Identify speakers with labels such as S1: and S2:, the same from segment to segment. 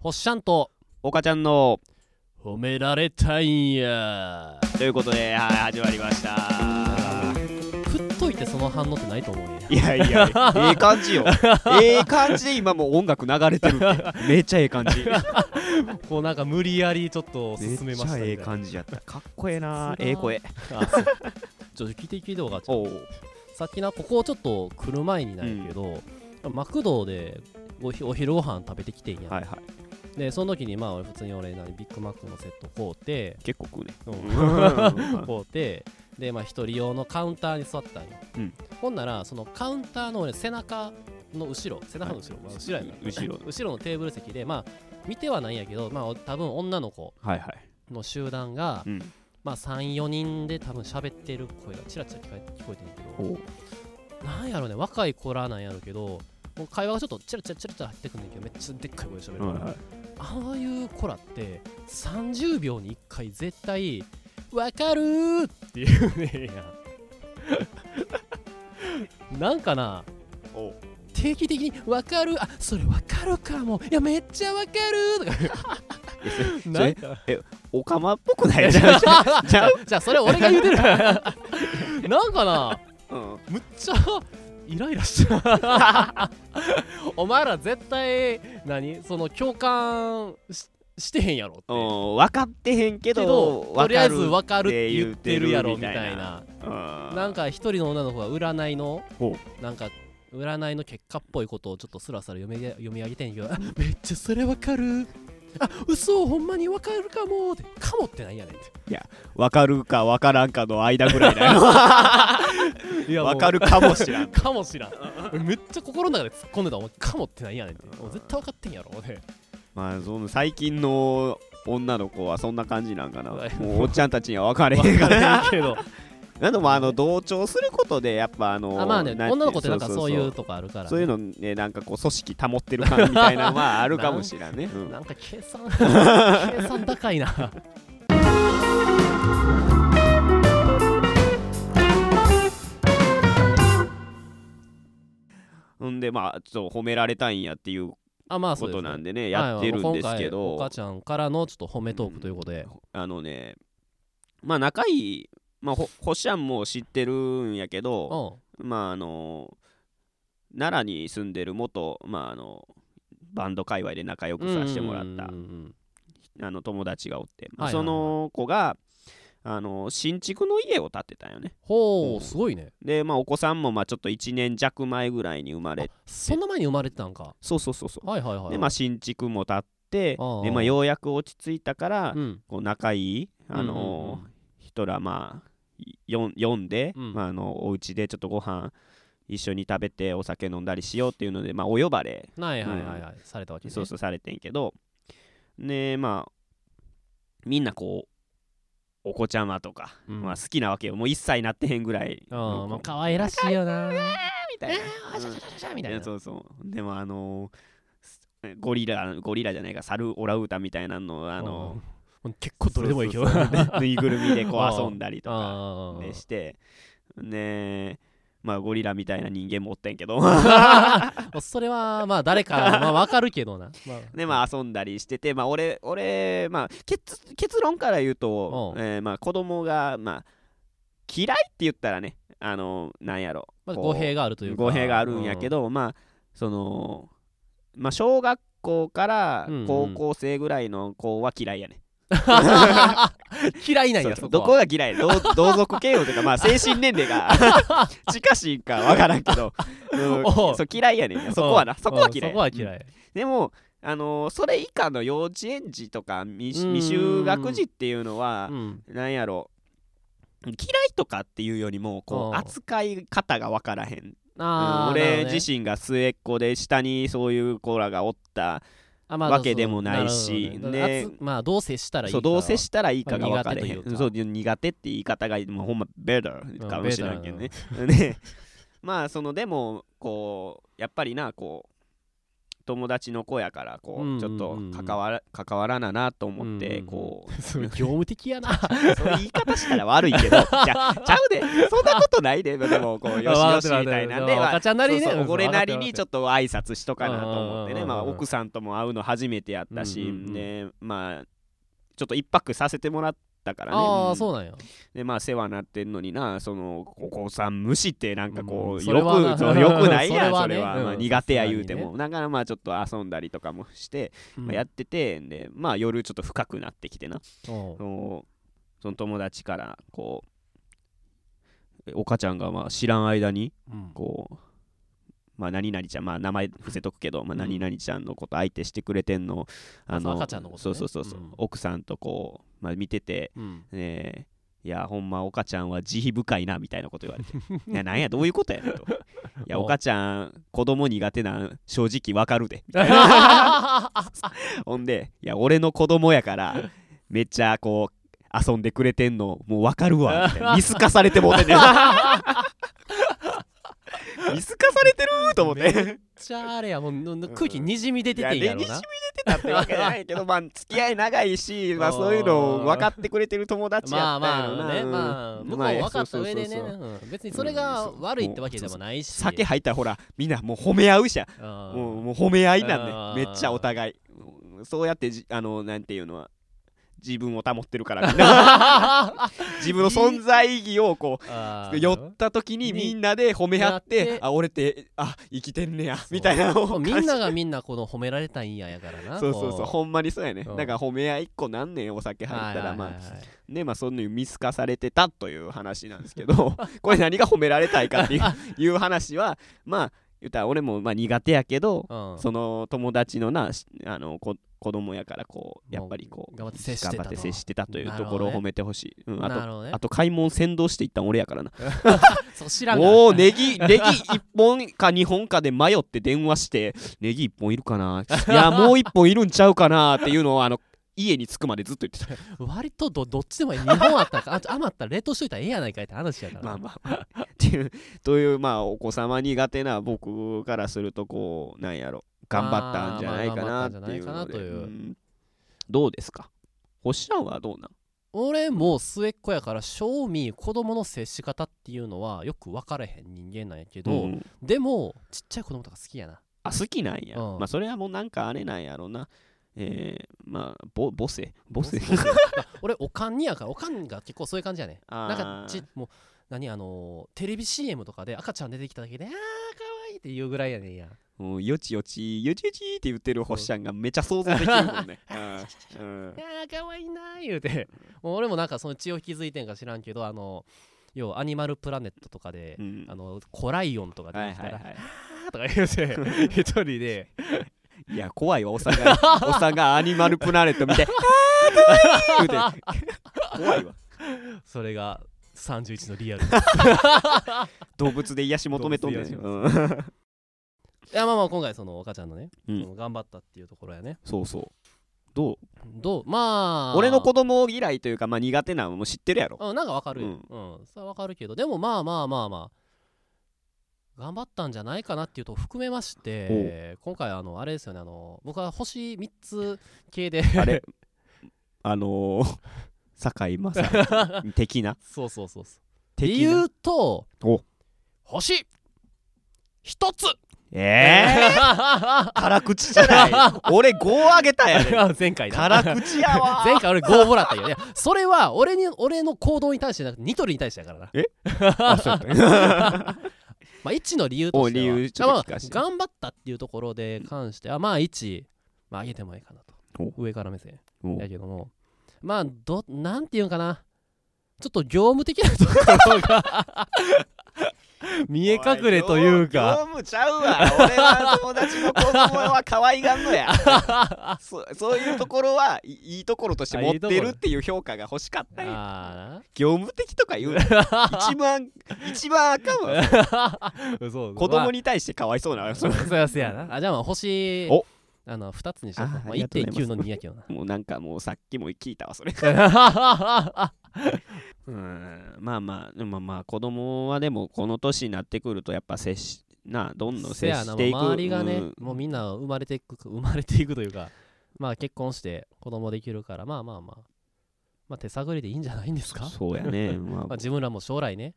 S1: ほっしゃんと
S2: 岡ちゃんの
S1: 褒められたいんや
S2: ということで、はい、始まりました。
S1: 振っといてその反応ってないと思うんや
S2: いやいや、ええ感 じよ。ええ感じで今もう音楽流れてる。めっちゃええ感じ。
S1: こうなんか無理やりちょっと
S2: め
S1: 進め
S2: っ
S1: まし
S2: ち
S1: た
S2: ゃ
S1: みた
S2: え
S1: い
S2: え
S1: な
S2: 感じやった。かっこええな。ええ声。
S1: あそうちょっと聞いて聞いておかちゃん
S2: おう
S1: さっきなここちょっと来る前になんやけど、マクドでおひお昼ご飯食べてきてんや、
S2: はいはい。
S1: でその時にまあ俺普通に俺何ビッグマックのセット買うて、
S2: 結構食うね。
S1: う
S2: うんんは
S1: こうてでまあ一人用のカウンターに座ったんよ、
S2: うん
S1: ほんならそのカウンターの俺背中の後ろ背中の後ろ、まあ後ろやな
S2: 後ろ
S1: 後ろのテーブル席でまあ見てはないんやけどまあ多分女の子
S2: いはい。
S1: の集団が、
S2: うん。
S1: まあ34人で多分喋ってる声がチラチラ聞こえ聞こえてんやけど
S2: おう
S1: なんやろね若い子らなんやろうけどもう会話がちょっとチラチラチラチラ入ってくんねんけどめっちゃでっかい声で喋るから、
S2: はいはい
S1: ああいう子らって30秒に1回絶対「わかるー!」って言うねんや んなんかな
S2: おう
S1: 定期的に「わかるあそれわかるかもいやめっちゃわかる!」と か
S2: れ
S1: なんか
S2: オカマっぽくないじゃ ん。ちゃう
S1: じゃあそれ俺が言うてる なんかな
S2: うん
S1: むっちゃイライラした お前ら絶対何その共感ししてへんやろって
S2: うん。分かってへんけ
S1: けど
S2: ど、
S1: とりあえず
S2: 分か
S1: 分かるって言ってるやろみたい
S2: って言ってるみたい
S1: な
S2: なる。
S1: なんか一人の女の子が占いの
S2: ほ
S1: なんか占いの結果っぽいことをちょっとスラスラ読み読み上げ てんやけどあめっちゃそれ分かるあ嘘ほんまに分かるかもってかもってなんやねん っ
S2: 分かるか分からんかの間 ぐらいだよ。
S1: ていや
S2: 分か
S1: る
S2: るかもしらん。
S1: かもしらん俺めっちゃ心の中で突っ込んでたお前かもってなんやねんってもう絶対分かってんやろ 俺
S2: まあその最近の女の子はそんな感じなんかな
S1: はい
S2: もうおっちゃんたちには分かれへ
S1: 分
S2: ん
S1: か
S2: からら
S1: へんけど
S2: なんでもあの同調することでやっぱあの
S1: あまあね
S2: なんて
S1: 女の子ってなんかそういう
S2: そ
S1: とこあるから、
S2: う
S1: ね、
S2: そういうのねなんかこう組織保ってる感みたいなのはあるかもしらんねう ん
S1: なんか計算 計算高いな
S2: ほんでまあちょっと褒められたいんやっていう
S1: あまあそ
S2: こ
S1: うです
S2: と
S1: ね
S2: なんでねやってるんですけ
S1: はい、今回お
S2: ど
S1: 母ちゃんからのちょっと褒めトークということで、
S2: あのねまあ仲いいまあほほっしゃんも知ってるんやけど
S1: うん
S2: まああの奈良に住んでる元、まあ、あのバンド界隈で仲良くさせてもらった
S1: うんうん
S2: あの友達がおって、まあ
S1: はいはいは
S2: そ
S1: い
S2: の子があの新築の家を建てたよね
S1: ほう、
S2: うん
S1: すごいね
S2: で、まあ、お子さんもまあちょっと1年弱前ぐらいに生まれ
S1: そんな前に生まれてたんか
S2: そうそうそうそ
S1: はいはいは
S2: う
S1: い
S2: で、まあ、新築も建って
S1: ああ
S2: で、まあ、ようやく落ち着いたから、
S1: うん
S2: こう仲いいあ
S1: うんうんう
S2: の
S1: ん
S2: 人らまあよん読んで、
S1: うん
S2: まあ、あのお家でちょっとご飯一緒に食べてお酒飲んだりしようっていうので、まあ、お呼ばれ
S1: はいはいはいはい、されたわけね
S2: そうそうされてんけどねまあみんなこうお子ちゃまとか、
S1: うん
S2: まあ、好きなわけよもう一歳なってへんぐらい
S1: あまあ
S2: の子
S1: 可愛らしいよな
S2: みたいな、
S1: あシャシャシャシャみたい
S2: い
S1: な
S2: やそうそうでもあのーゴリラゴリラじゃないか猿オラウータンみたいなのをあのー
S1: うん結構どれでもいいけど
S2: そうそう
S1: あ
S2: そうでぬいぐるみでこ
S1: ああ
S2: う遊んだりとか
S1: あ
S2: ねしてねまあゴリラみたいな人間持ってん けど
S1: それはまあ誰かまあわかるけどな、まあ、
S2: でまあ遊んだりしててまあ俺俺まあ結結論から言うと、
S1: うん
S2: えーまあ子供がまあ嫌いって言ったらねあのなんやろ
S1: まあ
S2: こう
S1: 語弊があるというか
S2: 語弊があるんやけど、まあそのまあ小学校から
S1: うんうん
S2: 高校生ぐらいの子は嫌いやね、
S1: 嫌いなん
S2: そう
S1: や
S2: そ
S1: そう
S2: ど
S1: こ
S2: こ
S1: は
S2: が嫌い同 同族形容というかまあ精神年齢が近しいんかわからんけど、うん
S1: おう
S2: そう嫌いやねんそこはな
S1: うん
S2: そこは嫌
S1: うん
S2: い
S1: そこは嫌い、
S2: でも、あのーそれ以下の幼稚園児とか未
S1: うん
S2: 未就学児っていうのは
S1: う、ん
S2: なんやろ嫌いとかっていうよりもこう
S1: あー
S2: 扱い方が分からへん、
S1: あーなるほど
S2: 俺
S1: ね
S2: 自身が末っ子で下にそういう子らがおった
S1: あまあ
S2: わけでもないし
S1: そうそうなるほどね
S2: ね
S1: だからあつまあどう接したらいいか
S2: そうどう接したらいいかが
S1: まあ
S2: 分からへ
S1: 苦手
S2: ん
S1: というか
S2: そう苦手って言い方がもうほんまベターかもしれんけどね、 ねまあそのでもこうやっぱりなこう友達の子やからこ
S1: うんうんうん
S2: うちょっと関わら関わらななと思っ
S1: うんうん
S2: て
S1: うん
S2: こう
S1: すごい業務的やな
S2: そういう言い方したら悪い けどじゃちゃうでそんなことないででもこうよしよしみたいなんで
S1: まあ
S2: まあ
S1: 赤ちゃんなりにね
S2: そうそう俺なりにちょ
S1: っ
S2: っと挨拶しとかなと思って
S1: うんうんう
S2: ね、
S1: んうん
S2: まあ、奥さんとも会うの初めてやったし、
S1: うんうんうん
S2: ねまあちょっと一泊させてもらったからね
S1: あ
S2: う
S1: あ
S2: ん
S1: そうなんや
S2: でまあ世話なってんのになそのお子さん無視ってなんかこう、
S1: うんそれ
S2: よ
S1: はな
S2: くそうよくないや ん
S1: そ
S2: そ
S1: れはね
S2: れは、ま
S1: う
S2: あ、
S1: ん
S2: 苦手や言うて
S1: さすが
S2: も、だからまあちょっと遊んだりとかもして、まあ、やっててんでまあ夜ちょっと深くなってきてな
S1: うん
S2: そのその友達からこうお母ちゃんがまあ知らん間に
S1: うん
S2: こうまあ何々ちゃんまあ名前伏せとくけど、ま
S1: う
S2: あ、
S1: ん
S2: 何々ちゃんのこと相手してくれてんの,、あ
S1: 赤ちゃんのことね
S2: そうそうそうそう、
S1: うん
S2: 奥さんとこう、まあ、見てて
S1: うん
S2: えーいやほんま岡ちゃんは慈悲深いなみたいなこと言われていやなんやどういうことやねんといや
S1: お
S2: 岡ちゃん子供苦手なん正直わかる でほんでいや俺の子供やからめっちゃこう遊んでくれてんのもうわかるわみたいな見透かされてもうて んねん見透かされてると思って
S1: じゃああれやもうのの空気にじみ出ててんやろ
S2: いや
S1: な
S2: ねってたってわけじゃないけどまあ付き合い長いし、まあ、そういうのを分かってくれてる友達
S1: ま
S2: や
S1: あ
S2: ったんや
S1: ま
S2: ろな
S1: あね
S2: うん
S1: まあ向こう
S2: まあ
S1: は分かった上でね
S2: そうそうそうそ
S1: う
S2: う
S1: ん別にそれが悪いってわけでもないし
S2: 酒入ったらほらみんなもう褒め合うじゃん
S1: うん
S2: もうもう褒め合いな
S1: あー
S2: んでめっちゃお互いうんそうやってじあのなんていうのは自分を保ってるから みんな自分の存在意義をこう
S1: あー
S2: 寄った時にみんなで褒め合っ
S1: やって
S2: てあ俺ってあ生きてんねや
S1: そう
S2: みたいなのを
S1: み
S2: 感
S1: ん
S2: じ
S1: ながみんなこの褒められたいんややからな
S2: そうそうそうほんまにそうやね
S1: うん
S2: だから褒め合いっこなんねんお酒
S1: う
S2: 入ったらまあ
S1: はいはいはいはい
S2: ねまあそういうのに見透かされてたという話なんですけど これ何が褒められたいかって いういう話はまあ言ったら俺もまあ苦手やけど、
S1: うん
S2: その友達のなしあのこ子供やからこうやっぱりこう
S1: 頑張って接してたと
S2: 頑張って接してたというところを褒めてほしい、うん、あ
S1: なる
S2: と
S1: ほどね
S2: あと買い物先導していったん俺やからな
S1: そう知らんが
S2: おおネギ ネギ1本か2本かで迷って電話してネギ1本いるかない やもう1本いるんちゃうかなっていうのをあの家に着くまでずっと言ってた
S1: 割とどどっちでもいい日本あったらかあと余ったら冷凍しといたらええやないかいって話やから
S2: まあまあまあ っていうというまあお子様苦手な僕からするとこうなんやろ頑張ったんじゃないかなっていう
S1: あーまあ頑張ったんじゃないかな
S2: ので
S1: という
S2: うんどうですか星ちゃんはどうなん
S1: 俺も末っ子やから正味子供の接し方っていうのはよく分からへん人間なんやけど、
S2: うん
S1: でもちっちゃい子供とか好きやな
S2: あ好きなんや
S1: うん
S2: まあそれはもうなんかあれなんやろなえー、まあボ母性母性
S1: 俺おかんにやからおかんが結構そういう感じやね
S2: あー
S1: なんかちもう何あのーテレビ CM とかで赤ちゃん出てきただけであーかわいいって言うぐらいやねんや
S2: もうよちよちよちよちって言ってる星ちゃんがめちゃ想像できるも んねうんうん
S1: あーかわいいなー言うてもう俺もなんかその血を引き継いでんか知らんけどあの要はアニマルプラネットとかで、
S2: うん
S1: あのコライオンとか出
S2: は
S1: て
S2: い
S1: きた
S2: は
S1: ら、
S2: いは
S1: あーとか言うて 一人で
S2: いいや怖いわおっさん がおっさんがアニマルプラネット見てあーかわいい言うて怖いわ
S1: それが31のリア ルい
S2: 動物で癒し求めとんねん
S1: 動物で癒し
S2: うん
S1: やまあまあ今回その赤ちゃんのね、
S2: うん
S1: その頑張ったっていうところやね
S2: そうそうどう
S1: どうまあ
S2: 俺の子供嫌いというか、まあ、苦手なのも知ってる やろ
S1: うんなんかわかるよ、う
S2: うん
S1: んそれはわかるけどでもまあまあまあまあ頑張ったんじゃないかなっていうとこ含めまして今回あのあれですよねあの僕は星3つ系で
S2: あれあのー、堺井正明的な
S1: そうそうそうそうで
S2: 的
S1: 言
S2: な
S1: うと
S2: お
S1: 星一つ
S2: えー、辛口じゃない俺5あげたやねん
S1: 前回な
S2: 辛口やわ
S1: 前回俺5もらったよねいやそれは俺に俺の行動に対してじゃなくてニトリに対してだからな
S2: あそうやった
S1: まあ1の理由としては
S2: お理由ちょっと聞かせて
S1: まあまあ頑張ったっていうところで関してはまあ1まあ上げてもいいかなと上から目線
S2: もう
S1: やけどもまあどなんていうんかなちょっと業務的なところが 見え隠れというか
S2: お業務業務ちゃうわ俺は友達の子供は可愛がんの やそそういうところはいいいところとして持ってるっていう評価が欲しかったんや
S1: あ
S2: 業務的とか言 うな一番一番あかんわ
S1: あなそう
S2: 子供に対してかわいそ うな そ
S1: そ
S2: れ
S1: うやせやなあじゃあまあ星
S2: お
S1: あの2つにしよう
S2: あ
S1: まあ
S2: ありがとうござ
S1: 1.9
S2: います
S1: の2やけど な
S2: もうなんかもうさっきも聞いたわそれうんまあまあでもまあ子供はでもこの年になってくるとやっぱ接しなあどんどん
S1: せ
S2: 接
S1: やな
S2: していく
S1: もう周りがね、
S2: うん
S1: もうみんな生まれていく生まれていくというかまあ結婚して子供できるからまあまあまあまあ手探りでいいんじゃないんですか、
S2: そうや ね、ま
S1: まあ、
S2: あ、
S1: 自分らも将来ね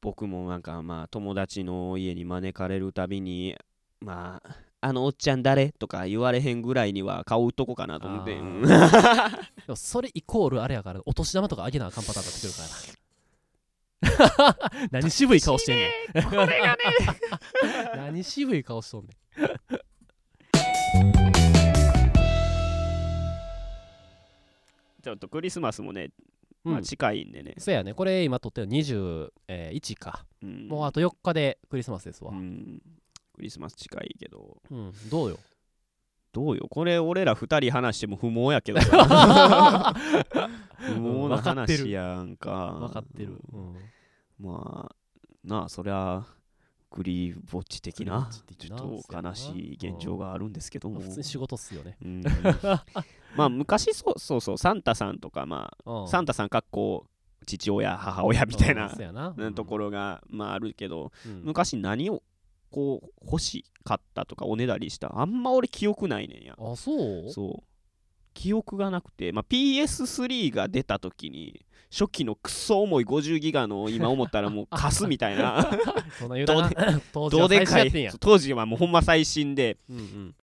S2: 僕もなんかまあ友達の家に招かれるたびにまああのおっちゃん誰とか言われへんぐらいには顔売っとこうかなと思って
S1: あー
S2: うん
S1: でもそれイコールあれやからお年玉とかあげなあかんパターンになってくるからな 何渋い顔してんねんこれがね 何渋い顔しとんねん
S2: ちょっとクリスマスもね、
S1: うん、
S2: まあ、近いんでね、
S1: そやねこれ今撮ってるの21か、
S2: うん
S1: もうあと4日でクリスマスですわ
S2: う、んクリスマス近いけど
S1: うんど うよ
S2: どうよこれ俺ら2人話しても不毛やけ ど不毛な
S1: 分かってる
S2: 話やんか
S1: 分かってる、うん、
S2: まあなあそりゃグリーぼっち的な
S1: グリ
S2: ち
S1: ー
S2: ょ
S1: ぼっ
S2: っ
S1: ち的な
S2: と悲しい現状があるんですけど
S1: ま
S2: も
S1: あ、普通に仕事っすよね、
S2: うんまあ昔そうそうそうサンタさんとかま
S1: う
S2: あ
S1: ん、
S2: サンタさんかっこ父親母親みたいな
S1: うんそうやな
S2: とこ
S1: ろ、
S2: ろがまああるけど
S1: うん
S2: 昔何をこう欲しかったとかおねだりしたあんま俺記憶ないねんや
S1: あそう
S2: そう記憶がなくて、まあ、PS3 が出た時に初期のクソ重い50ギガの今思ったらもうカスみたいな
S1: そんな言うたな 当時
S2: ど
S1: は
S2: う
S1: 最
S2: で
S1: 初
S2: か
S1: や
S2: い
S1: ってんや
S2: そう当時はもうほんま最新で
S1: うんうん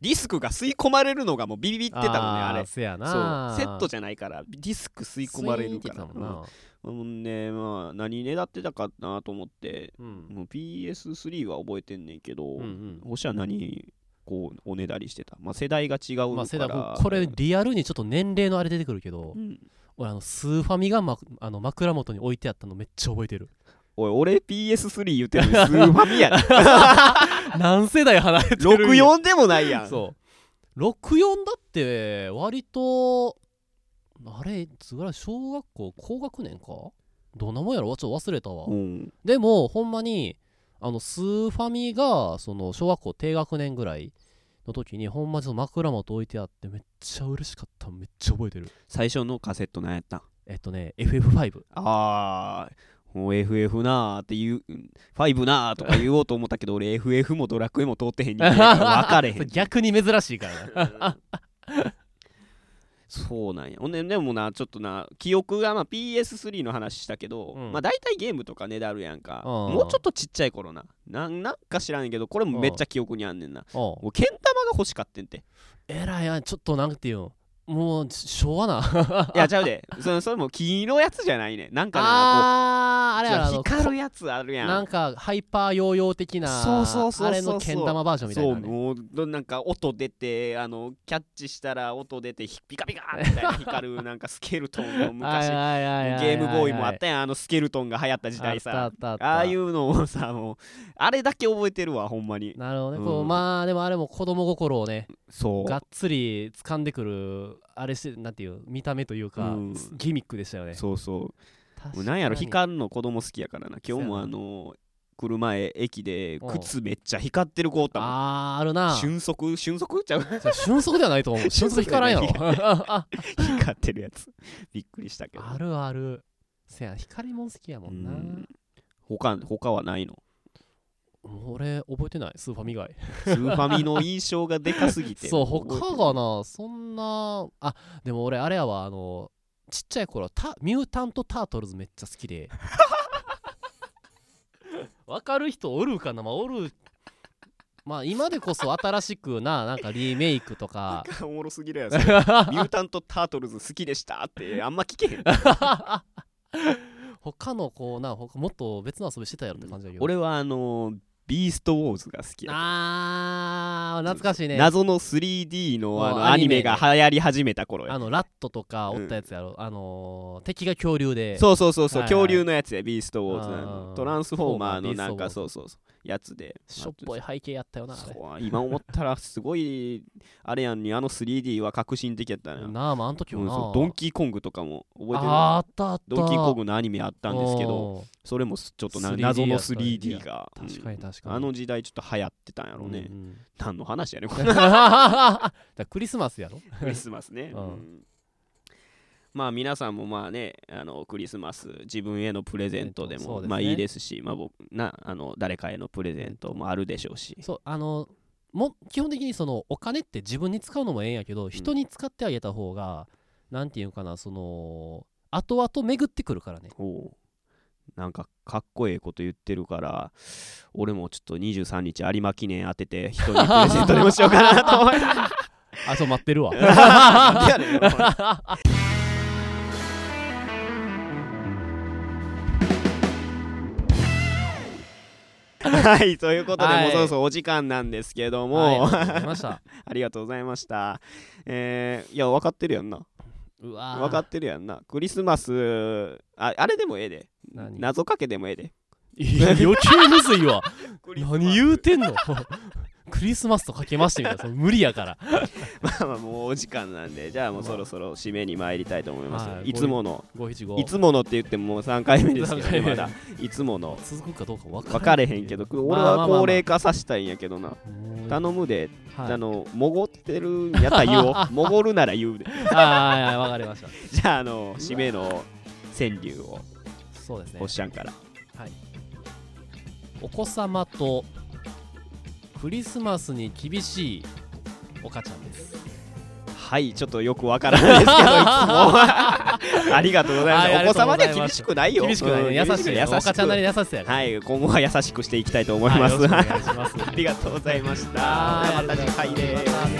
S2: ディスクが吸い込まれるのがもうビビビってたもんねあ
S1: ー
S2: れ
S1: せや
S2: そう
S1: な
S2: セットじゃないからディスク吸い込まれるから
S1: スイーンって言ってたもんな、
S2: うんほんでまあ何ねだってたかなと思って
S1: うん
S2: もう PS3 は覚えてんねんけど、
S1: うんうん
S2: 星は何こうおねだりしてた、まあ、世代が違うから、
S1: まあ、せだこれリアルにちょっと年齢のあれ出てくるけど、
S2: うん
S1: 俺あのスーファミが、ま、あの枕元に置いてあったのめっちゃ覚えてる
S2: おい俺 PS3 言ってるのにスーファミやな
S1: 何世代離れてるんや
S2: 64でもないやん
S1: そう64だって割とあれいつぐらい小学校高学年かどんなもんやろちょっと忘れたわ、
S2: ん、
S1: でもほんまにあのスーファミがその小学校低学年ぐらいの時にほんまにその枕元置いてあってめっちゃ嬉しかっためっちゃ覚えてる
S2: 最初のカセットなんやったん
S1: えっとね FF5
S2: あーもう FF なーって言ううん5なーとか言おうと思ったけど俺 FF もドラクエも通ってへん人間やから分かれへん
S1: それ逆に珍しいからな
S2: そうなんやほんででもなちょっとな記憶が、まあ、PS3 の話したけど、
S1: うん
S2: まあ大体ゲームとかねだるやんか
S1: うん
S2: もうちょっとちっちゃい頃ななんなんか知らんけどこれもめっちゃ記憶にあんねんな
S1: おう
S2: 俺けん玉が欲しかってんて
S1: えらいやんちょっとなんていうんもう昭和ない
S2: やちゃうでそのそれも黄色いやつじゃないねなんかな
S1: あーあ
S2: こう
S1: れやろあの
S2: 光るやつあるやん
S1: なんかハイパーヨーヨー的な
S2: そうそう
S1: あ
S2: そうそうそう
S1: れのけん玉バージョンみたい
S2: そう
S1: なね
S2: もうどなんか音出てあのキャッチしたら音出てひピカピカみたいな光るなんかスケルトンの昔
S1: はいはいはいはい
S2: ゲームボーイもあっ
S1: はい
S2: たやんあのスケルトンが流行った時代
S1: あ
S2: さ
S1: ったあった
S2: あ
S1: あ
S2: あ
S1: った
S2: いうのをさもうあれだけ覚えてるわほんまに
S1: なるほどね、
S2: うん
S1: こうまあでもあれも子供心をね
S2: そう
S1: がっつり掴んでくるあれしてなんていう見た目というか、
S2: うん
S1: ギミックでしたよね
S2: そうそ
S1: 確か
S2: うもう
S1: に
S2: なんやろ光るの子供好きやからな今
S1: そ
S2: 日
S1: う
S2: も
S1: やな
S2: あの車へ駅で
S1: おう
S2: 靴めっちゃ光ってる子おったもん
S1: あーあるな
S2: 瞬足瞬足ちゃう
S1: それ瞬足ではないと思う瞬足光らんやろ
S2: 光ってるやつ びっくりしたけど
S1: あるあるせや光もん好きやもんな、
S2: うん他他はないの
S1: 俺覚えてないスーファミ以外
S2: スーファミの印象がでかすぎ て
S1: そう他がなそんなあでも俺あれやわあのちっちゃい頃タミュータント・タートルズめっちゃ好き でわかる人おるかなまあおるまあ今でこそ新しくななんかリメイクとか
S2: おもろすぎるや つミュータント・タートルズ好きでしたってあんま聞けへん
S1: 他のこうな他もっと別の遊びしてたやろって感じだけど
S2: 俺はあのービースト・ウォーズが好きや
S1: あー懐かしいね
S2: 謎の 3D のあ
S1: もう
S2: の
S1: ア
S2: ア
S1: ニ
S2: ニ
S1: メ
S2: メ
S1: で
S2: が流行り始めた頃
S1: あ
S2: や
S1: のラットとかおったやつやろ、あのー敵が恐竜で
S2: そうそうそうそう
S1: はいはい
S2: 恐竜のやつやビースト・ウォーズ
S1: あー
S2: のトランスフォーマーのなんか
S1: フ
S2: そうそうそうやつで
S1: しょっぽい背景やったよなあれ
S2: そう今思ったらすごいあれやんにあの 3D は革新的やったな
S1: なあまああの時も
S2: うん
S1: な、
S2: そうドンキーコングとかも覚えてる
S1: あーあったあった
S2: ドンキーコ
S1: グ
S2: ングのアニメあったんですけどそれもすちょっとな
S1: 3D
S2: 謎
S1: や
S2: の
S1: ったり
S2: 3D がうん
S1: 確かに確かに
S2: あの時代ちょっと流行ってたんやろうね、
S1: うんうん
S2: 何の話 やねんこ
S1: だからクリスマスやろ
S2: れクリスマスね、
S1: うん
S2: うんまあ皆さんもまあねあのクリスマス自分へのプレゼントで
S1: そ
S2: も
S1: うですね
S2: まあいいですし、まあ、僕なあの誰かへのプレゼントもあるでしょうし
S1: そうあのも基本的にそのお金って自分に使うのもええんやけど人に使ってあげた方が、なんていうかなその後々巡ってくるからね
S2: おうなんかかっこええこと言ってるから俺もちょっと23日有馬記念当てて人にプレゼントでもしようかなと思いま
S1: あそう待って るわ
S2: はいということで、
S1: はい
S2: もうそろそろお時間なんですけども、
S1: はいありがとうございました
S2: ありがとうございましたえーいや分かってるやんな
S1: うわー
S2: 分かってるやんなクリスマスああれでもええで
S1: 何
S2: 謎かけでもええで
S1: いや余計むずいわ
S2: クリスマス
S1: 何言うてんの クリスマスとかけましてみたいなその無理やから
S2: ま あまあもうお時間なんでじゃあもうそろそろ締めに参りたいと思います、
S1: はい
S2: い、つもの
S1: 五七五
S2: いつものって言ってももう3回目ですけど
S1: 三
S2: ねま
S1: 回目
S2: だいつもの
S1: 続くかどうか分か
S2: 分かれへんけど俺
S1: まあま
S2: は
S1: あまあまあ
S2: 高齢化さしたいんやけどな
S1: もう
S2: 頼むで、
S1: はい
S2: あのもごってるんやった ら言おうもごるなら言うで
S1: ああ分かりました
S2: じゃああの締めの川柳を
S1: そうですね
S2: おっしゃんから
S1: はい、お子様とクリスマスに厳しいおかちゃんです。
S2: はいちょっとよくわからない ですけどいつも ありがとうございま
S1: はい
S2: す
S1: あり
S2: お子
S1: がとう
S2: 様
S1: ご
S2: に
S1: ざいます
S2: は厳しくないよ
S1: 厳しくない、
S2: うん
S1: ね、優しい、
S2: く
S1: ね、おかちゃんなり優しさやから。
S2: はい、今後は優しくしていきたいと思います。
S1: はいよろしくお願いします
S2: ありがとうございました。
S1: は
S2: ま
S1: い
S2: た次回です。
S1: またね